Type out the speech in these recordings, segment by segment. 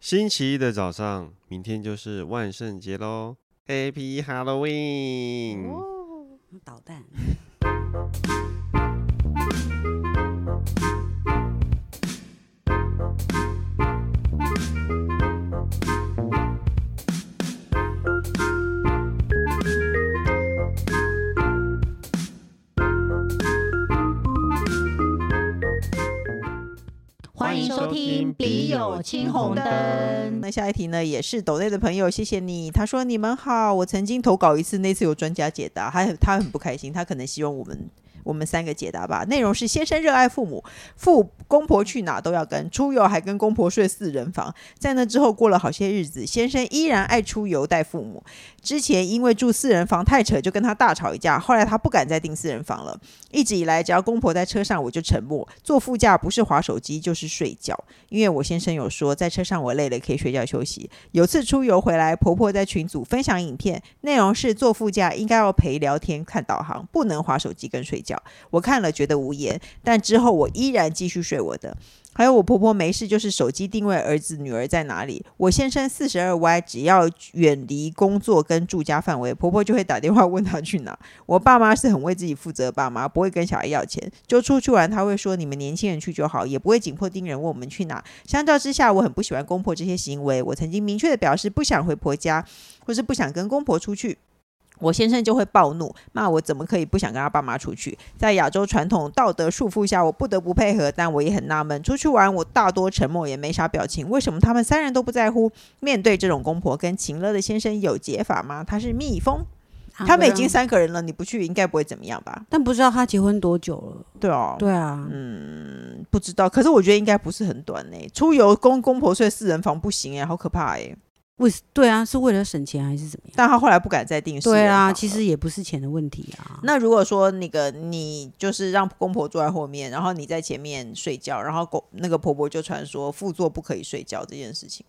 星期一的早上，明天就是万圣节喽！Happy Halloween！、哦，捣蛋。欢迎收听笔友青红灯那那下一题呢，也是抖内的朋友，谢谢你。他说：“你们好，我曾经投稿一次，那次有专家解答，他很他很不开心，他可能希望我们我们三个解答吧。内容是先生热爱父母，父公婆去哪都要跟，出游还跟公婆睡四人房。在那之后过了好些日子，先生依然爱出游带父母。之前因为住四人房太扯，就跟他大吵一架，后来他不敢再订四人房了。一直以来，只要公婆在车上，我就沉默，坐副驾不是划手机就是睡觉。”因为我先生有说，在车上我累了可以睡觉休息。有次出游回来，婆婆在群组分享影片，内容是坐副驾应该要陪聊天、看导航，不能划手机跟睡觉。我看了觉得无言，但之后我依然继续睡我的。还有我婆婆没事就是手机定位儿子女儿在哪里。我先生四十二 Y，只要远离工作跟住家范围，婆婆就会打电话问他去哪。我爸妈是很为自己负责的爸妈，不会跟小孩要钱。就出去玩，他会说你们年轻人去就好，也不会紧迫盯人问我们去哪。相较之下，我很不喜欢公婆这些行为。我曾经明确的表示不想回婆家，或是不想跟公婆出去。我先生就会暴怒，骂我怎么可以不想跟他爸妈出去。在亚洲传统道德束缚下，我不得不配合，但我也很纳闷，出去玩我大多沉默，也没啥表情，为什么他们三人都不在乎？面对这种公婆跟情乐的先生有解法吗？他是蜜蜂，啊他们已经，三个人了，你不去应该不会怎么样吧？但不知道他结婚多久了。对哦，对啊，嗯不知道，可是我觉得应该不是很短呢、出游公公婆睡四人房不行哎、好可怕哎、为对啊，是为了省钱还是怎么样？但他后来不敢再订四人对房啊，了其实也不是钱的问题啊。那如果说那个你就是让公婆坐在后面，然后你在前面睡觉，然后公那个婆婆就传说副座不可以睡觉这件事情，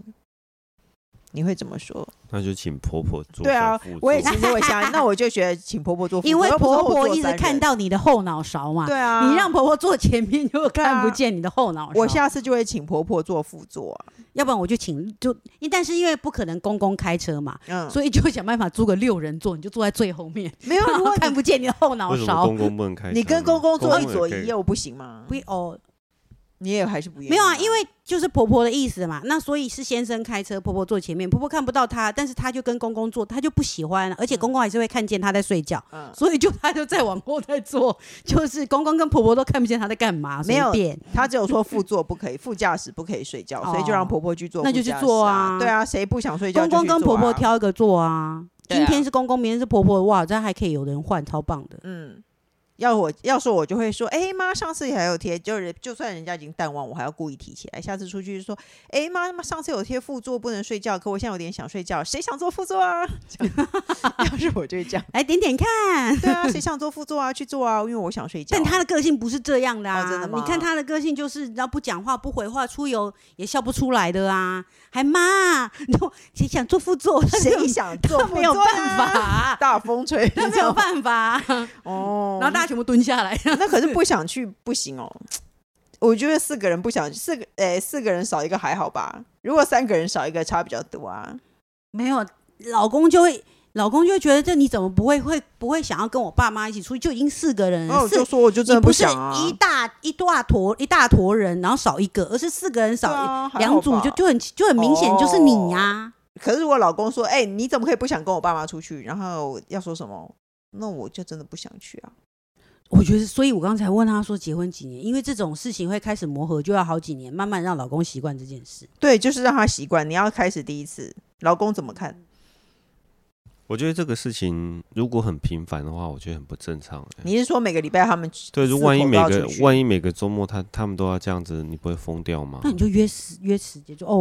你会怎么说？那就请婆婆做。对啊小副，我也座其实会想，那我就觉得请婆婆做副 座，因为又不是婆后婆座一直三看人。到你的后脑勺嘛，对啊，你让婆婆坐前面就看不见你的后脑勺。我下次就会请婆婆做副座啊、要不然我就请就，但是因为不可能公公开车嘛，嗯，所以就想办法租个六人座，你就坐在最后面，没有，然如后 果看你不见你的后脑为什么勺。公公不能开车呢？你跟公公坐一也左可以一，右不行吗？不哦，你也还是不愿意没有啊，因为就是婆婆的意思嘛。那所以是先生开车，婆婆坐前面，婆婆看不到她，但是她就跟公公坐，她就不喜欢，而且公公还是会看见她在睡觉， 嗯，所以就她就再往后再坐，就是公公跟婆婆都看不见她在干嘛，没有随便他只有说副座不可以，副驾驶不可以睡觉，所以就让婆婆去做、那就去做啊对啊，谁不想睡觉、公公跟婆婆，挑一个坐啊。对啊今天是公公，明天是婆婆，哇，这还可以有人换，超棒的。嗯。要我要说，我就会说，哎、妈，上次还有贴，就是就算人家已经淡忘，我还要故意提起来。下次出去就说，哎、妈，妈上次有贴副座不能睡觉，可我现在有点想睡觉，谁想做副座啊？ 这样要是我就会 这样，来哎点点看，对啊，谁想做副座啊？去做啊，因为我 想睡觉啊。但她的个性不是这样的啊！哦真的吗你看她的个性就是，然后不讲话、不回话，出游也笑不出来的啊！还妈，就谁想做副座， 她谁想做他副座、没啊？有办，法， 大风吹， 他没有办法，哦然后大家全部蹲下来。那可是不想去不行哦。我觉得四个人不想四个，诶、四个人少一个还好吧？如果三个人少一个，差比较多啊。没有，老公就会，老公就会觉得这你怎么不会会不会想要跟我爸妈一起出去？就已经四个人然了，后我嗯四哦就说，我就真你的不是想啊。一大一大坨一大坨人，然后少一个，而是四个人对少啊一两组，就。还好吧就很就很明显哦就是你啊呀。可是如果老公说，哎、你怎么可以不想跟我爸妈出去？然后要说什么？那我就真的不想去啊。我觉得，所以我刚才问他说结婚几年，因为这种事情会开始磨合，就要好几年，慢慢让老公习惯这件事。对，就是让他习惯。你要开始第一次，老公怎么看？我觉得这个事情如果很频繁的话，我觉得很不正常欸。你是说每个礼拜他们对，如四果万一口每都要个出去万一每个周末他他们都要这样子，你不会疯掉吗那？你就约时约时间，就哦，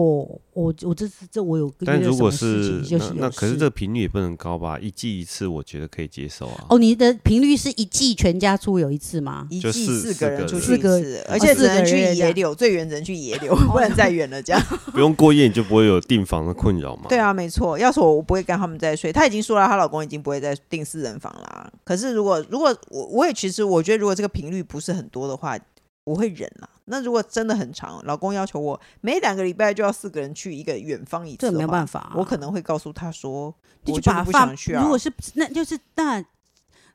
我我这次这我有个但约如什果么事情是就那有那可是事这个频率也不能高吧？一季一次，我觉得可以接受啊。哦，你的频率是一季全家出游一次吗？一就季四四四个哦个人出人去一四个次，而且四只个能去人这野样柳，最远只能去野柳，不能再远了这样。不用过夜你就不会有订房的困扰嘛？ 对，啊，没错。要是我，我不会跟他们再睡。她已经说了，她老公已经不会再订四人房啦。可是如果如果我我也其实我觉得，如果这个频率不是很多的话，我会忍啦、那如果真的很长，老公要求我每两个礼拜就要四个人去一个远方一次这的话，没有办法啊、我可能会告诉他说，就我去把不发想去啊。如果是那就是那，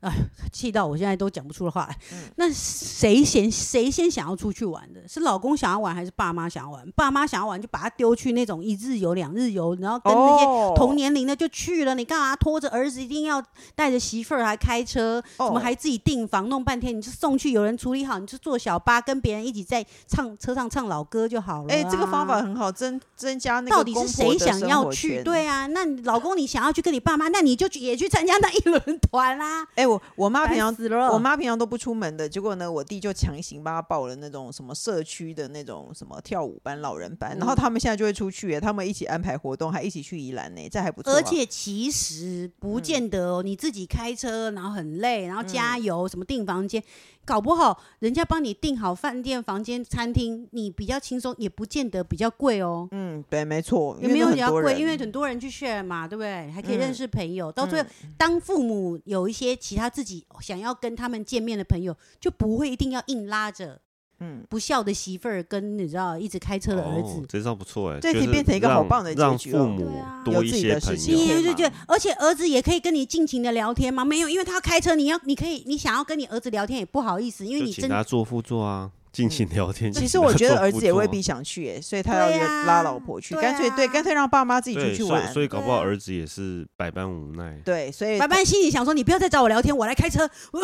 哎，气到我现在都讲不出话来。哎嗯那谁先谁先想要出去玩的？是老公想要玩，还是爸妈想要玩？爸妈想要玩，就把他丢去那种一日游、两日游，然后跟那些哦同年龄的就去了。你干嘛拖着儿子？一定要带着媳妇儿还开车，哦怎么还自己订房弄半天？你就送去有人处理好，你就坐小巴跟别人一起在唱车上唱老歌就好了、啊哎、这个方法。很好，增增加那个到底是公婆谁的想生要活去？圈对啊，那你老公你想要去跟你爸妈，那你就去也去参加那一轮团啦、 哎、我我妈平烦常死了！我妈平常都不出门的，结果呢，我弟就强行帮她报了那种什么社区的那种什么跳舞班、老人班，嗯然后他们现在就会出去耶，他们一起安排活动，还一起去宜兰呢，这还不错啊、嗯而且其实不见得哦，你自己开车，然后很累，然后加油，什么订房间，搞不好人家帮你订好饭店、房间、餐厅，你比较轻松，也不见得比较贵哦。嗯，对，没错，也因为没有那比很较多贵，人因为很多人去 share 嘛，对不对？还可以认嗯识朋友。到最后，当父母有一些其他自己想要跟他们见面的朋友，就不会一定要硬拉着嗯，不孝的媳妇儿跟你知道一直开车的儿子哦，这招不错哎，这就可以是变成一个好让棒的结让局父哦母对啊有多一自己些的事朋情友对。你就嘛觉得，而且儿子也可以跟你尽情的聊天吗？没有，因为他要开车，你要你可以，你想要跟你儿子聊天也不好意思，因为就你请真他做副座啊，尽情聊 天。嗯其请实我他觉得 做儿副子也未座必想去耶，所以他嗯对要约呀拉老婆去，对干脆对，啊干脆让爸妈自己对，出去所以玩。所以搞不好对啊儿子也是百般无奈。对，所以白班心里想说，你不要再找我聊天，我来开车， 我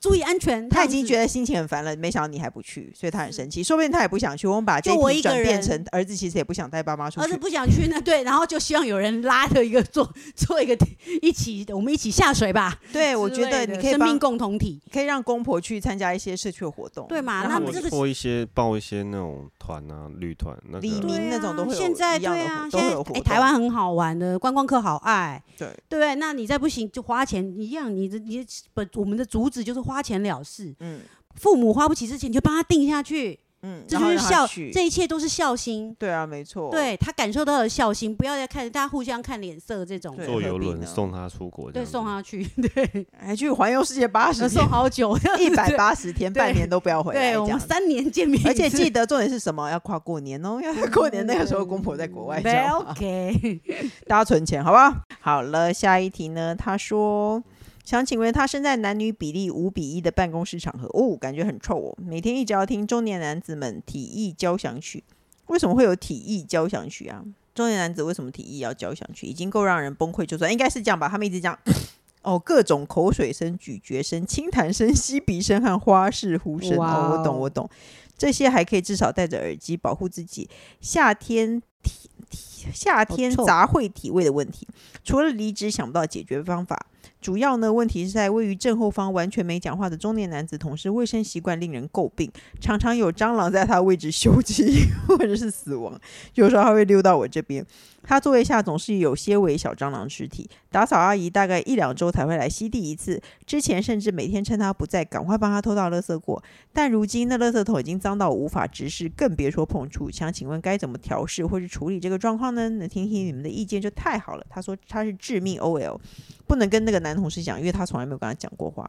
注意安全。他已经觉得得心情很烦了，没想到你还不去，所以他很生气。说不定他也不想去。我们把这就我一一题个转变人成儿子其实也不想带爸妈出儿去子，不想去那对，然后就希望有人拉着一个 做做一个一起，我们一起下水吧。对，我之觉得类你的可以生帮命，共同体，可以让公婆去参加一些社区的活动，对嘛啊让那他我们这个或一些报一些那种团啊、旅团那黎个明那种都会有现在一样的对啊活，都现会在有活哎动台湾很好玩的，观光客好爱。对对不对，那你再不行就花钱一样，你的你的本我们的主旨就是花钱了事。嗯父母花不起之前，你就帮他定下去，嗯，这然就后是让他孝，去这一切都是孝心。对啊，没错，对他感受到了孝心，不要再看大家互相看脸色这种，对坐何游必轮呢送他出国这对，样子，送他去， 对，还去环游世界八送十天，好久， 一百八十天，对半年都不要回来对这我们样子。三年见面一次，嗯而且记得重点是什么？要跨过年哦，要 过年那个时候公婆在国外，知道吗 OK，大家存钱，好不好？好了，下一题呢？他说。想请问他身在男女比例五比一的办公室场合，哦，感觉很臭哦。每天一直要听中年男子们体意交响曲，为什么会有体意交响曲啊？中年男子为什么体意要交响曲？已经够让人崩溃就算，应该是这样吧？他们一直这样， 哦，各种口水声、咀嚼声、轻弹声、吸鼻声和花式呼声。哇哦，哦我懂，我懂。这些还可以至少戴着耳机保护自己。夏天体体夏天好臭杂烩体味的问题，除了离职想不到解决方法，主要呢问题是在位于正后方完全没讲话的中年男子同事，卫生习惯令人诟病，常常有蟑螂在他位置休息 或者是死亡，有时候还会溜到我这边。他座位下总是有些微小蟑螂尸体，打扫阿姨大概一两周才会来吸地一次，之前甚至每天趁他不在，赶快帮他偷到垃圾过。但如今那垃圾桶已经脏到我无法直视，更别说碰触。想请问该怎么调试或是处理这个状况呢？能听听你们的意见就太好了。他说他是致命 OL，不能跟那个男同事讲，因为他从来没有跟他讲过话。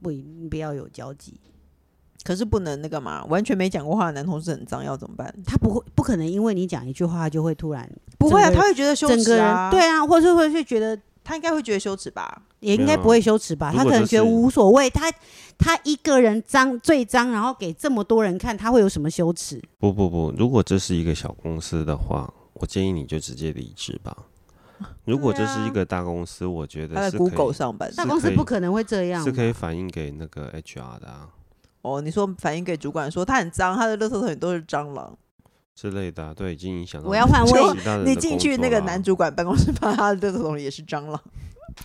不不要有交集，可是不能那个嘛，完全没讲过话的男同事很脏，要怎么办？他不会不可能因为你讲一句话就会突然不会啊，整个他会觉得羞整耻个啊，人，对啊，或者会会觉得他应该会觉得羞耻吧？也应该不会羞耻吧？没有他啊可能觉得如果这是无所谓，他他一个人脏最脏，然后给这么多人看，他会有什么羞耻？不不不，如果这是一个小公司的话，我建议你就直接离职吧。啊如果这是一个大公司，我觉他在得是可以 Google 上班是大公司可以不可能会这样是，可以反映给那个 HR 的啊哦，你说反映给主管说他很脏，他的垃圾桶里都是蟑螂。之类的啊，对，已经影响到我要换其位他人的你进去工作那个啦男，主管办公室，发他的垃圾桶里也是蟑螂。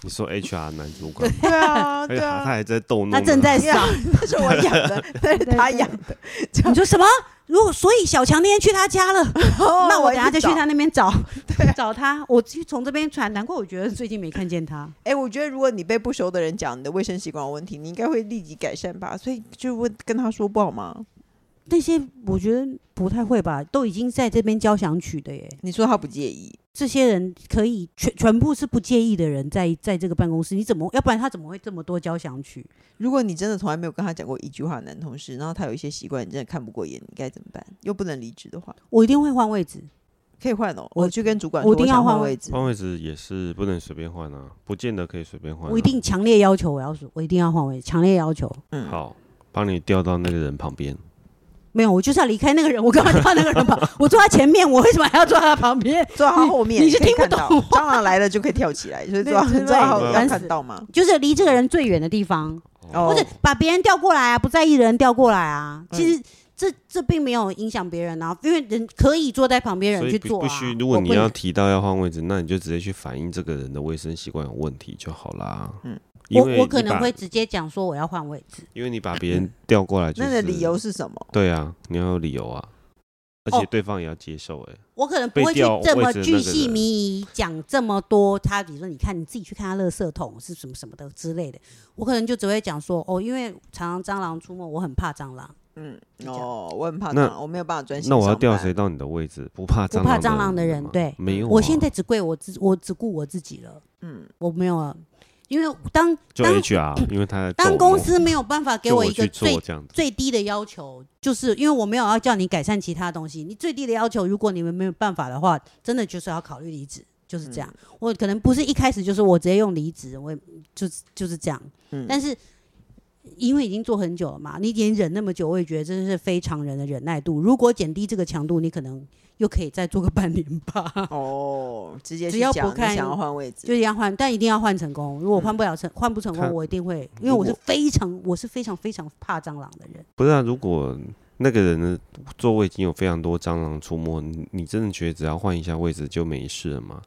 你说 HR 男主管，对 啊，哎对呀，啊他。还在逗弄他呢正在 呀扫。啊那是我养的，那是他养的。 你说什么？如果所以小强那天去他家了，那 那哦我等下再去他那边 找找他，我去从这边传。难怪我觉得最近没看见他。哎、我觉得如果你被不熟的人讲你的卫生习惯有问题，你应该会立即改善吧。所以就问跟他说不好吗？那些我觉得不太会吧，都已经在这边交响曲的耶。你说他不介意，这些人可以全全部是不介意的人在，在这个办公室，你怎么，要不然他怎么会这么多交响曲？如果你真的从来没有跟他讲过一句话的男同事，然后他有一些习惯你真的看不过眼，你该怎么办？又不能离职的话，我一定会换位置，可以换哦，我我去跟主管我说，一定要想换换位位置。换位置也是不能随便换啊，不见得可以随便换啊、我一定强烈要求我要说，我一定要换位，强烈要求。嗯，好，帮你调到那个人旁边。没有，我就是要离开那个人，我干嘛坐在那个 人旁？我坐他前面，我为什么还要坐他旁边？坐到他后面你是可以听不看到懂蟑螂来了就可以跳起来，所以坐到 对坐到后对要烦看死 到吗？就是离这个人最远的地方，哦或者把别人调过来啊，不在意的人调过来啊。嗯其实这这并没有影响别人啊，因为人可以坐在旁边人所去以不做、啊。不需，如果你我不要提到要换位置，那你就直接去反映这个人的卫生习惯有问题就好啦。嗯嗯，因为我我可你能把会，直接讲说我要换位置。因为你把别人调 过来、就是，那个理由是什么？对啊，你要有理由啊，而且哦对方也要接受、欸。哎、我可能不会被去调这么位置的那个巨人细靡遗讲这么多，他比如说你看你自己去看他垃圾桶是什么什么的之类的，我可能就只会讲说哦，因为常常蟑螂出没，我很怕蟑螂，嗯，这样哦，我很怕蟑那螂，我没有办法专心那上班。我要调谁到你的位置？不怕不蟑怕螂蟑螂的人吗，对，没有啊、我现在只顾我自，我只顾我自己了，嗯，我没有啊，因为当就当 HR，因为他在当揍公我司没有办法给就我一个去最做这样子，最低的要求，就是因为我没有要叫你改善其他东西，你最低的要求，如果你们没有办法的话，真的就是要考虑离职，就是这样。我可能不是一开始就是我直接用离职，我也就是就是这样，嗯但是。因为已经做很久了嘛，你已经忍那么久，我也觉得真的是非常人的忍耐度。如果减低这个强度，你可能又可以再做个半年 吧，哦，直接只去要讲不你看想要换位置，就一样换，但一定要换成功。如果换不了成，换不成功，看我一定会，因为我是如果非常，我是非常非常怕蟑螂的人。不是啊？如果那个人的座位已经有非常多蟑螂出没，你你真的觉得只要换一下位置就没事了吗？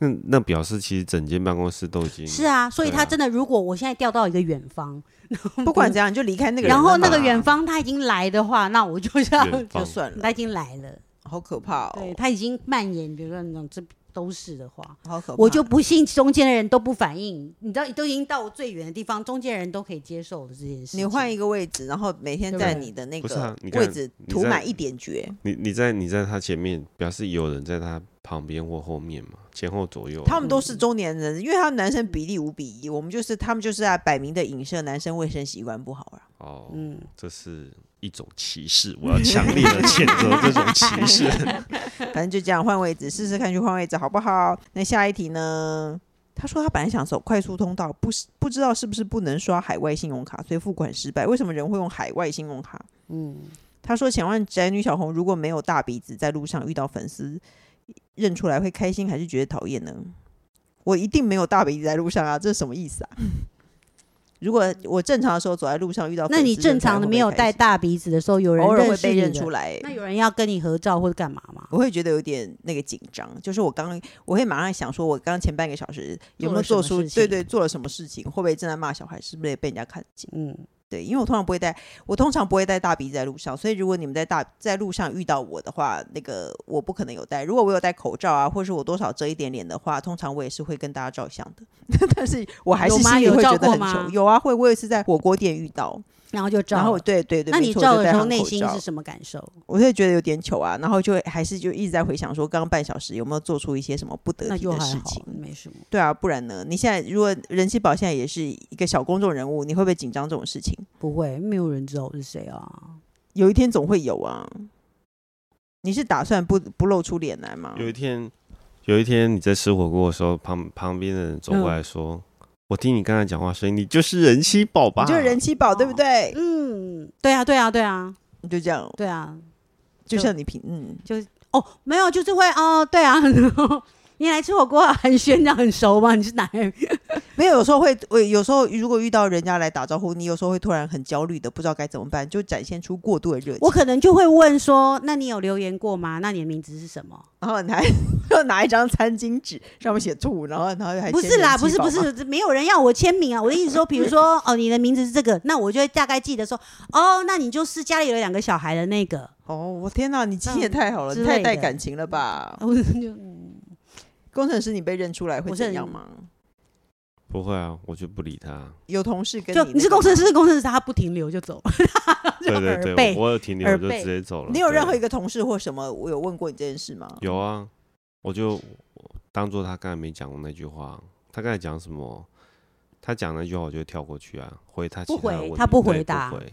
那那表示其实整间办公室都已经是啊，所以对他啊真的，如果我现在调到一个远方， 不管怎样你就离开那个人了然嘛。后那个 远方他已经来的话，那我就 要远就方算了他，已经来了，好可怕哦对，他已经蔓延，比如说那种这都是的话，好可怕。我就不信中间的人都不反应，你知道，都已经到我最远的地方，中间的人都可以接受的这件事情。你换一个位置，然后每天对在不对你的那不是啊个你看位置你涂在满一点绝。你你在你在他前面，表示有人在他旁边或后面嘛，前后左右啊、他们都嗯是中年人，因为他们男生比例五比一，我们就是他们就是在摆明的影射男生卫生习惯不好啊。哦，嗯，这是一种歧视，我要强烈的谴责这种歧视。 反正就这样换位置，试试看去换位置好不好？那下一题呢？他说他本来想走快速通道，不是不知道是不是不能刷海外信用卡，所以付款失败。为什么人会用海外信用卡？嗯，他说：“请问宅女小红如果没有大鼻子，在路上遇到粉丝认出来，会开心还是觉得讨厌呢？”我一定没有大鼻子在路上啊，这是什么意思啊？如果我正常的时候走在路上遇到粉那丝你认出来正常的没有戴，大鼻子的时候，有会人认不会开心偶尔会识被你认的出，来，那有人要跟你合照或者干嘛吗？我会觉得有点那个紧张，就是我刚我会马上想说，我刚前半个小时有没有做做了什么出事情对对做了什么事情，会不会正在骂小孩，是不是被人家看见？嗯，对，因为我通常不会带，我通常不会带大鼻子在路上，所以如果你们在大在路上遇到我的话，那个我不可能有戴。如果我有戴口罩啊，或是我多少遮一点脸的话，通常我也是会跟大家照相的。 但是我还是有吗心里有会照觉得过很吗糗。有啊，会我有一次在火锅店遇到，然后就照了，然后对对对，那没你错我照就的戴时候上内口心罩是什么感受？我就会觉得有点糗啊，然后就会还是就一直在回想说，刚刚半小时有没有做出一些什么不得那体就的还事好情，？没什么。对啊，不然呢？你现在如果人气宝现在也是一个小公众人物，你会不会紧张这种事情？不会，没有人知道我是谁啊。有一天总会有啊。你是打算不不露出脸来啊吗？有一天，有一天你在吃火锅的时候，旁旁边的人走过来说：“我听你刚才讲话声音，你就是人妻宝吧？”你就是人气宝，对不哦对？嗯，对啊，对啊，对啊，你就这样，对啊。就就像你平嗯，哦，没有，就是会哦，对啊。 然后你来吃火锅、啊，很轩这样很熟吗？你是哪人？没有有时候会，我有时候如果遇到人家来打招呼，你有时候会突然很焦虑的，不知道该怎么办，就展现出过度的热情。我可能就会问说，那你有留言过吗？那你的名字是什么？然后你还又拿 一张餐巾纸，上面写吐，然后然后还不签是啦，人不气是宝不吗，是， 这没有人要我签名啊。我的意思说，比如说哦，你的名字是这个，那我就会大概记得说，哦，那你就是家里有两个小孩的那个。哦，我天哪，你记性也太好了，之你太类带的感情了吧？我就嗯工程师，你被认出来会我是怎很样吗？不会啊，我就不理他。有同事跟就你你是工程师，工程师他不停留就走， 就对对耳对，背我我有停留耳我就背直接走了。你有对任何一个同事或什么，我有问过你这件事吗？有啊，我就当做他刚才没讲过那句话。他刚才讲什么？他讲那句话，我就跳过去啊，回他不其他的回问题他不对回答不回，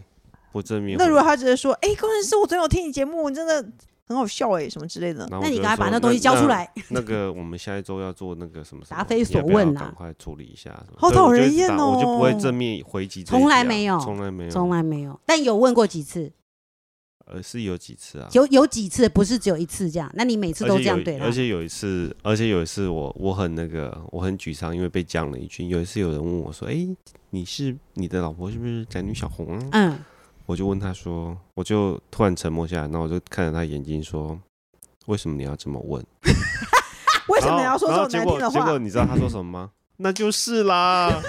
不正面回。那如果他只是说，哎、工程师，我昨天有听你节目，你真的很好笑哎、什么之类的，然后我那你就赶快把说那东西交出。来。那那个我们下一周要做那个什么什么，答非你所要不要问啊赶快处理一下什么。好对我讨就人一直厌打我就不会哦正面回击这一题从来啊没有从来没有，从来没有，但有问过几次，呃是有几次啊，有有几次不是只有一次这样，那你每次而都且这样有对他而，且有一次，而且有一次我我很那个，我很沮丧，因为被降了一军。有一次有人问我说：“哎、你是你的老婆是不是宅女小红啊嗯，？”我就问他说，我就突然沉默下来，然后我就看着他眼睛说：“为什么你要这么问？为什么你然后要说这然后结种难听果的结话果？你知道他说什么吗？那就是啦。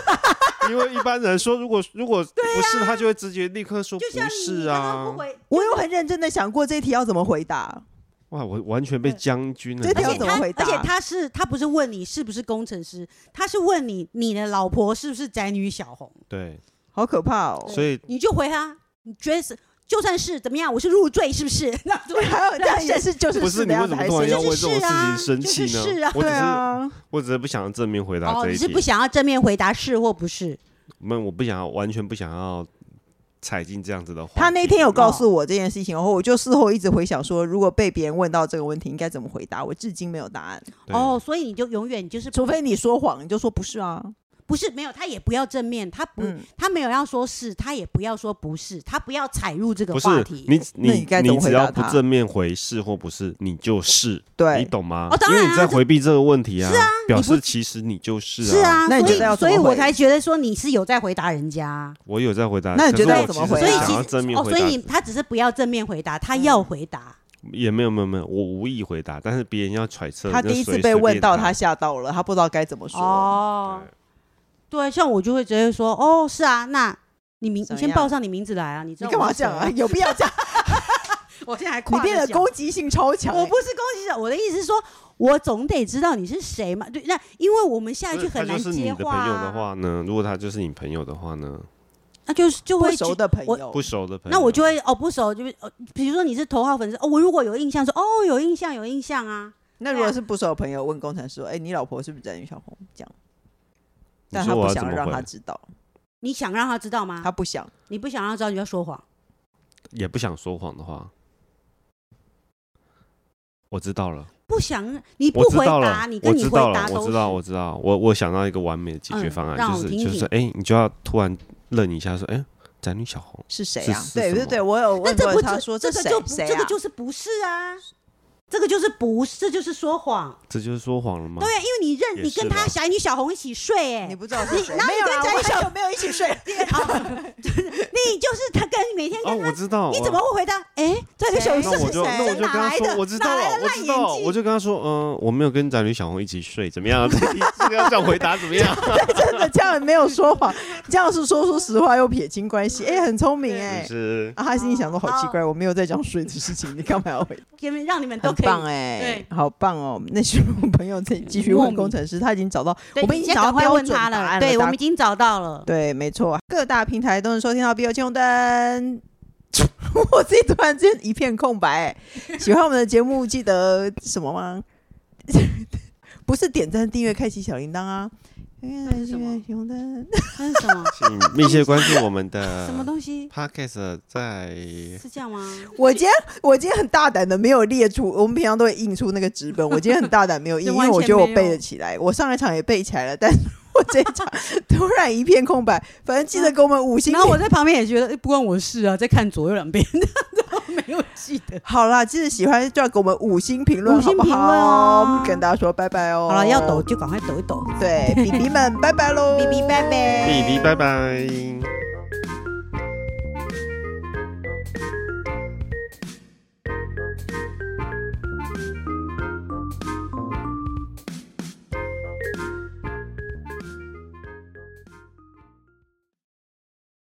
因为一般人说，如果如果不是、他就会直接立刻说就像不你你是刚刚啊不。回，我有很认真的想过这一题要怎么回答，哇，我完全被将军了。这你知而条道吗且要怎他么回答而且他是他不是问你是不是工程师，他是问你你的老婆是不是宅女小红，对，好可怕哦！所以你就回他，你觉得是就算是怎么样，我是入赘是不 是？那啊就 还有这样也是就是不是是的你为样什子么还突然要是为这种事情生气就是呢？是啊我只对是啊，我只是不想要正面回答哦，这你一是题，不想要正面回答是或不是？没有我不想要，完全不想要踩进这样子的话。他那天有告诉我这件事情，然后我就事后一直回想说，如果被别人问到这个问题，应该怎么回答？我至今没有答案，对哦，，所以你就永远就是除非你说谎，你就说不是啊。不是没有，他也不要正面，他不、嗯，他没有要说是，他也不要说不是，他不要踩入这个不是话题。你那你你该怎么只回答要不他正面回是或不是，你就是，你对。懂吗？哦当因为然你啊在这回避这个问题啊，是啊，表你不示其实你就是是啊。啊，那你所觉得要以所怎么以我回才觉得说你是有在回答人家啊、我有在回答，那你可是觉得要我怎其么实回所以答想其要实正面哦，回所以答你他只是不要正面回答，他嗯要回答。也没有没有没有，我无意回答，但是别人要揣测。他你就第一次随被随问便到，答他吓到了，他不知道该怎么说。哦，对，像我就会直接说，哦，是啊，那你名你怎么先样报上你名字来啊，你知你道干我嘛是这样啊？谁有必要这样？ 我现在还你跨着变得讲攻击性超强欸。我不是攻击者，我的意思是说，我总得知道你是谁嘛。对，那因为我们下一句不是他很就难是你接的朋话、啊。友的话呢？如果他就是你朋友的话呢？那就是就不会熟去的朋我友不，熟的朋友，那我就会哦不熟，就是哦，比如说你是头号粉丝哦，我如果有印象说哦有印象有印象啊，那如果是不熟的朋友问工程师说：“哎，你老婆是不是在女小红？”这样，你但他说我不要怎想么让回他知道，你想让他知道吗他？不想。你不想让他知道，你就要说谎。也不想说谎的话，我知道了，不想你不我知回道答，了你，我跟你知回道答了，我都知是道，我知道，我我想到一个完美的解决嗯方案，让就我是听就是听说，哎、你就要突然愣一下，说，哎、宅女小红，是谁啊？是是对什对么对，我有那问这过不他只说这谁个就不谁这啊个？就是不是啊，这个就是不是，这就是说谎。这就是说谎了吗？对啊，因为你哦也认你是跟他啦小女小红一起睡哎、你不知道是谁？哪没里有跟啦，宅我女小很久没有一起睡。你就是他跟每天哦，跟他，我知道，啊你我怎么会回答？哎，这个小谁鱼那是我就那谁我就跟哪他来说，的我知哪道来了的，我烂知眼道了，睛我就跟他说，嗯、我没有跟宅女小红一起睡，怎么样？ 这个这个要这样回答怎么样？真 的这样也没有 说谎，这样是说出实话又撇清关系，哎、很聪明哎、就是啊，他哦心里想说好奇怪，我没有在讲睡的事情，你干嘛要回？ 给你们让你们都很可棒以。哎、对好棒哦！那是我朋友在继续问工程师，他已经找到，对我们已你经先找到赶快标问准他答案了，了对，我大们已经找到了。对，没错，各大平台都能收听到《比尔金红灯》。 我自己突然之间一片空白、 哎喜欢我们的节目，记得什么吗？ 不是点赞、订阅、开启小铃铛啊！哎那是什么熊灯，那是 什么？请密切关注我们的什么东西？ podcast 在是这样吗？我今天我今天很大胆的没有列出，我们平常都会印出那个纸本，我今天很大胆没有 印，就因完为全我觉得我没有背得起来，我上一场也背起来了，但是我这一场突然一片空白，反正记得给我们五星然后我在旁边也觉得、哎不关我事啊，在看左右两边， 没有记得。好啦，记得喜欢就要给我们五星评 论，五星好不评好？论哦我们跟大家说拜拜哦。好了，要 抖就赶快抖一抖。对，比比们拜拜喽，哔哔拜拜， B B，拜拜。